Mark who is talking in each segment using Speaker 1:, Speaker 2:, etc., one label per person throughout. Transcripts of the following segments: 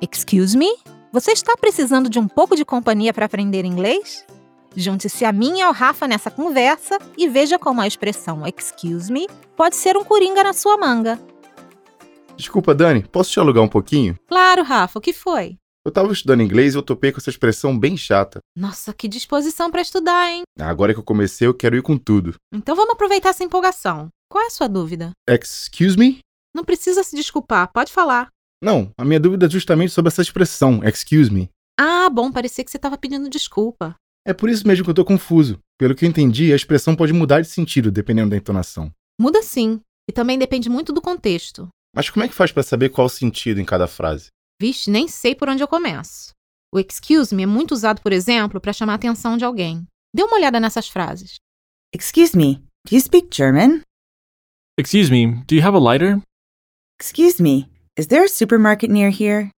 Speaker 1: Excuse me? Você está precisando de um pouco de companhia para aprender inglês? Junte-se a mim e ao Rafa nessa conversa e veja como a expressão excuse me pode ser um coringa na sua manga.
Speaker 2: Desculpa, Dani, posso te alugar um pouquinho?
Speaker 1: Claro, Rafa, o que foi?
Speaker 2: Eu tava estudando inglês e eu topei com essa expressão bem chata.
Speaker 1: Nossa, que disposição para estudar, hein?
Speaker 2: Agora que eu comecei, eu quero ir com tudo.
Speaker 1: Então vamos aproveitar essa empolgação. Qual é a sua dúvida?
Speaker 2: Excuse me?
Speaker 1: Não precisa se desculpar, pode falar.
Speaker 2: Não, a minha dúvida é justamente sobre essa expressão, excuse me.
Speaker 1: Ah, bom, parecia que você estava pedindo desculpa.
Speaker 2: É por isso mesmo que eu tô confuso. Pelo que eu entendi, a expressão pode mudar de sentido dependendo da entonação.
Speaker 1: Muda sim, e também depende muito do contexto.
Speaker 2: Mas como é que faz pra saber qual o sentido em cada frase?
Speaker 1: Vixe, nem sei por onde eu começo. O excuse me é muito usado, por exemplo, para chamar a atenção de alguém. Dê uma olhada nessas frases.
Speaker 3: Excuse me, do you speak German?
Speaker 4: Excuse me, do you have a lighter?
Speaker 3: Excuse me, is there a supermarket near here?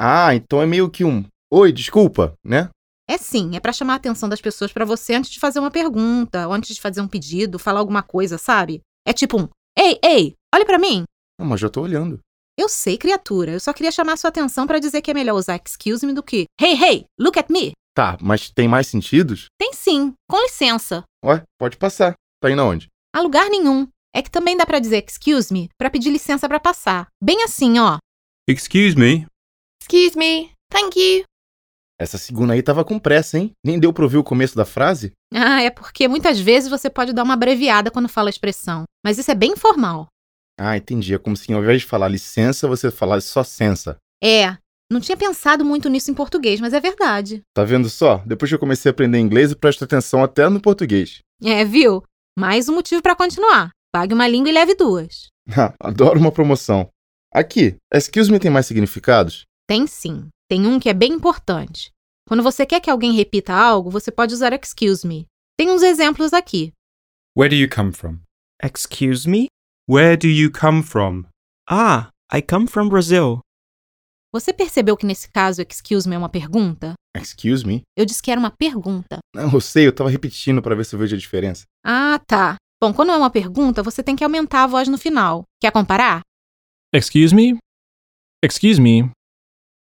Speaker 2: Ah, então é meio que um oi, desculpa, né?
Speaker 1: É sim, é para chamar a atenção das pessoas para você antes de fazer uma pergunta, ou antes de fazer um pedido, falar alguma coisa, sabe? É tipo um: "Ei, ei, olhe para mim".
Speaker 2: Não, mas já tô olhando.
Speaker 1: Eu sei, criatura, eu só queria chamar sua atenção para dizer que é melhor usar excuse me do que "Hey, hey, look at me".
Speaker 2: Tá, mas tem mais sentidos?
Speaker 1: Tem sim, com licença.
Speaker 2: Ué, pode passar. Tá indo aonde?
Speaker 1: A lugar nenhum. É que também dá para dizer excuse me para pedir licença para passar. Bem assim, ó.
Speaker 5: Excuse me.
Speaker 6: Excuse me. Thank you.
Speaker 2: Essa segunda aí tava com pressa, hein? Nem deu pra ouvir o começo da frase?
Speaker 1: Ah, é porque muitas vezes você pode dar uma abreviada quando fala a expressão, mas isso é bem informal.
Speaker 2: Ah, entendi. É como se ao invés de falar licença, você falasse só sensa.
Speaker 1: É, não tinha pensado muito nisso em português, mas é verdade.
Speaker 2: Tá vendo só? Depois que eu comecei a aprender inglês, eu presto atenção até no português.
Speaker 1: É, viu? Mais um motivo para continuar. Pague uma língua e leve duas.
Speaker 2: Ah, Adoro uma promoção. Aqui, excuse me tem mais significados?
Speaker 1: Tem sim. Tem um que é bem importante. Quando você quer que alguém repita algo, você pode usar excuse me. Tem uns exemplos aqui.
Speaker 5: Where do you come from?
Speaker 7: Excuse me?
Speaker 5: Where do you come from?
Speaker 7: Ah, I come from Brazil.
Speaker 1: Você percebeu que nesse caso excuse me é uma pergunta?
Speaker 2: Excuse me?
Speaker 1: Eu disse que era uma pergunta.
Speaker 2: Não, eu sei, eu tava repetindo pra ver se eu vejo a diferença.
Speaker 1: Ah, tá. Bom, quando é uma pergunta, você tem que aumentar a voz no final. Quer comparar?
Speaker 4: Excuse me? Excuse me.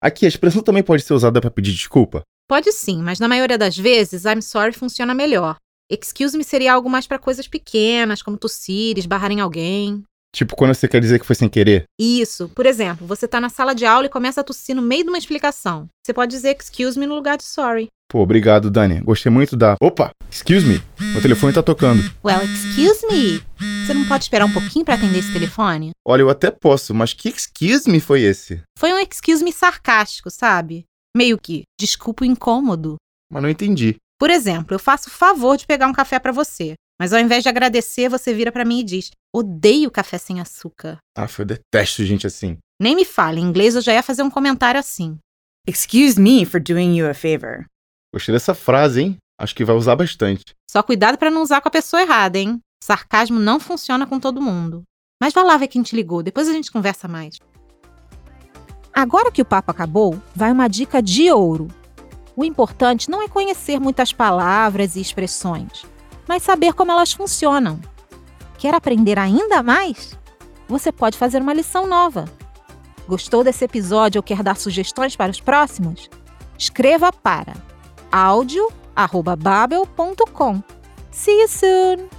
Speaker 2: Aqui, a expressão também pode ser usada pra pedir desculpa?
Speaker 1: Pode sim, mas na maioria das vezes, I'm sorry funciona melhor. Excuse me seria algo mais para coisas pequenas, como tossir, esbarrar em alguém.
Speaker 2: Tipo, quando você quer dizer que foi sem querer?
Speaker 1: Isso, por exemplo, você tá na sala de aula e começa a tossir no meio de uma explicação. Você pode dizer excuse me no lugar de sorry.
Speaker 2: Pô, obrigado, Dani. Gostei muito da. Opa! Excuse me! Meu telefone tá tocando.
Speaker 1: Well, excuse me. Você não pode esperar um pouquinho para atender esse telefone?
Speaker 2: Olha, eu até posso, mas que excuse me foi esse?
Speaker 1: Foi um excuse me sarcástico, sabe? Meio que desculpa o incômodo.
Speaker 2: Mas não entendi.
Speaker 1: Por exemplo, eu faço o favor de pegar um café para você, mas ao invés de agradecer, você vira para mim e diz: "Odeio café sem açúcar".
Speaker 2: Ah, eu detesto gente assim.
Speaker 1: Nem me fale, em inglês eu já ia fazer um comentário assim.
Speaker 3: Excuse me for doing you a favor.
Speaker 2: Gostei dessa frase, hein? Acho que vai usar bastante.
Speaker 1: Só cuidado para não usar com a pessoa errada, hein? Sarcasmo não funciona com todo mundo. Mas vá lá ver quem te ligou, depois a gente conversa mais. Agora que o papo acabou, vai uma dica de ouro. O importante não é conhecer muitas palavras e expressões, mas saber como elas funcionam. Quer aprender ainda mais? Você pode fazer uma lição nova. Gostou desse episódio ou quer dar sugestões para os próximos? Escreva para audio@babel.com. See you soon!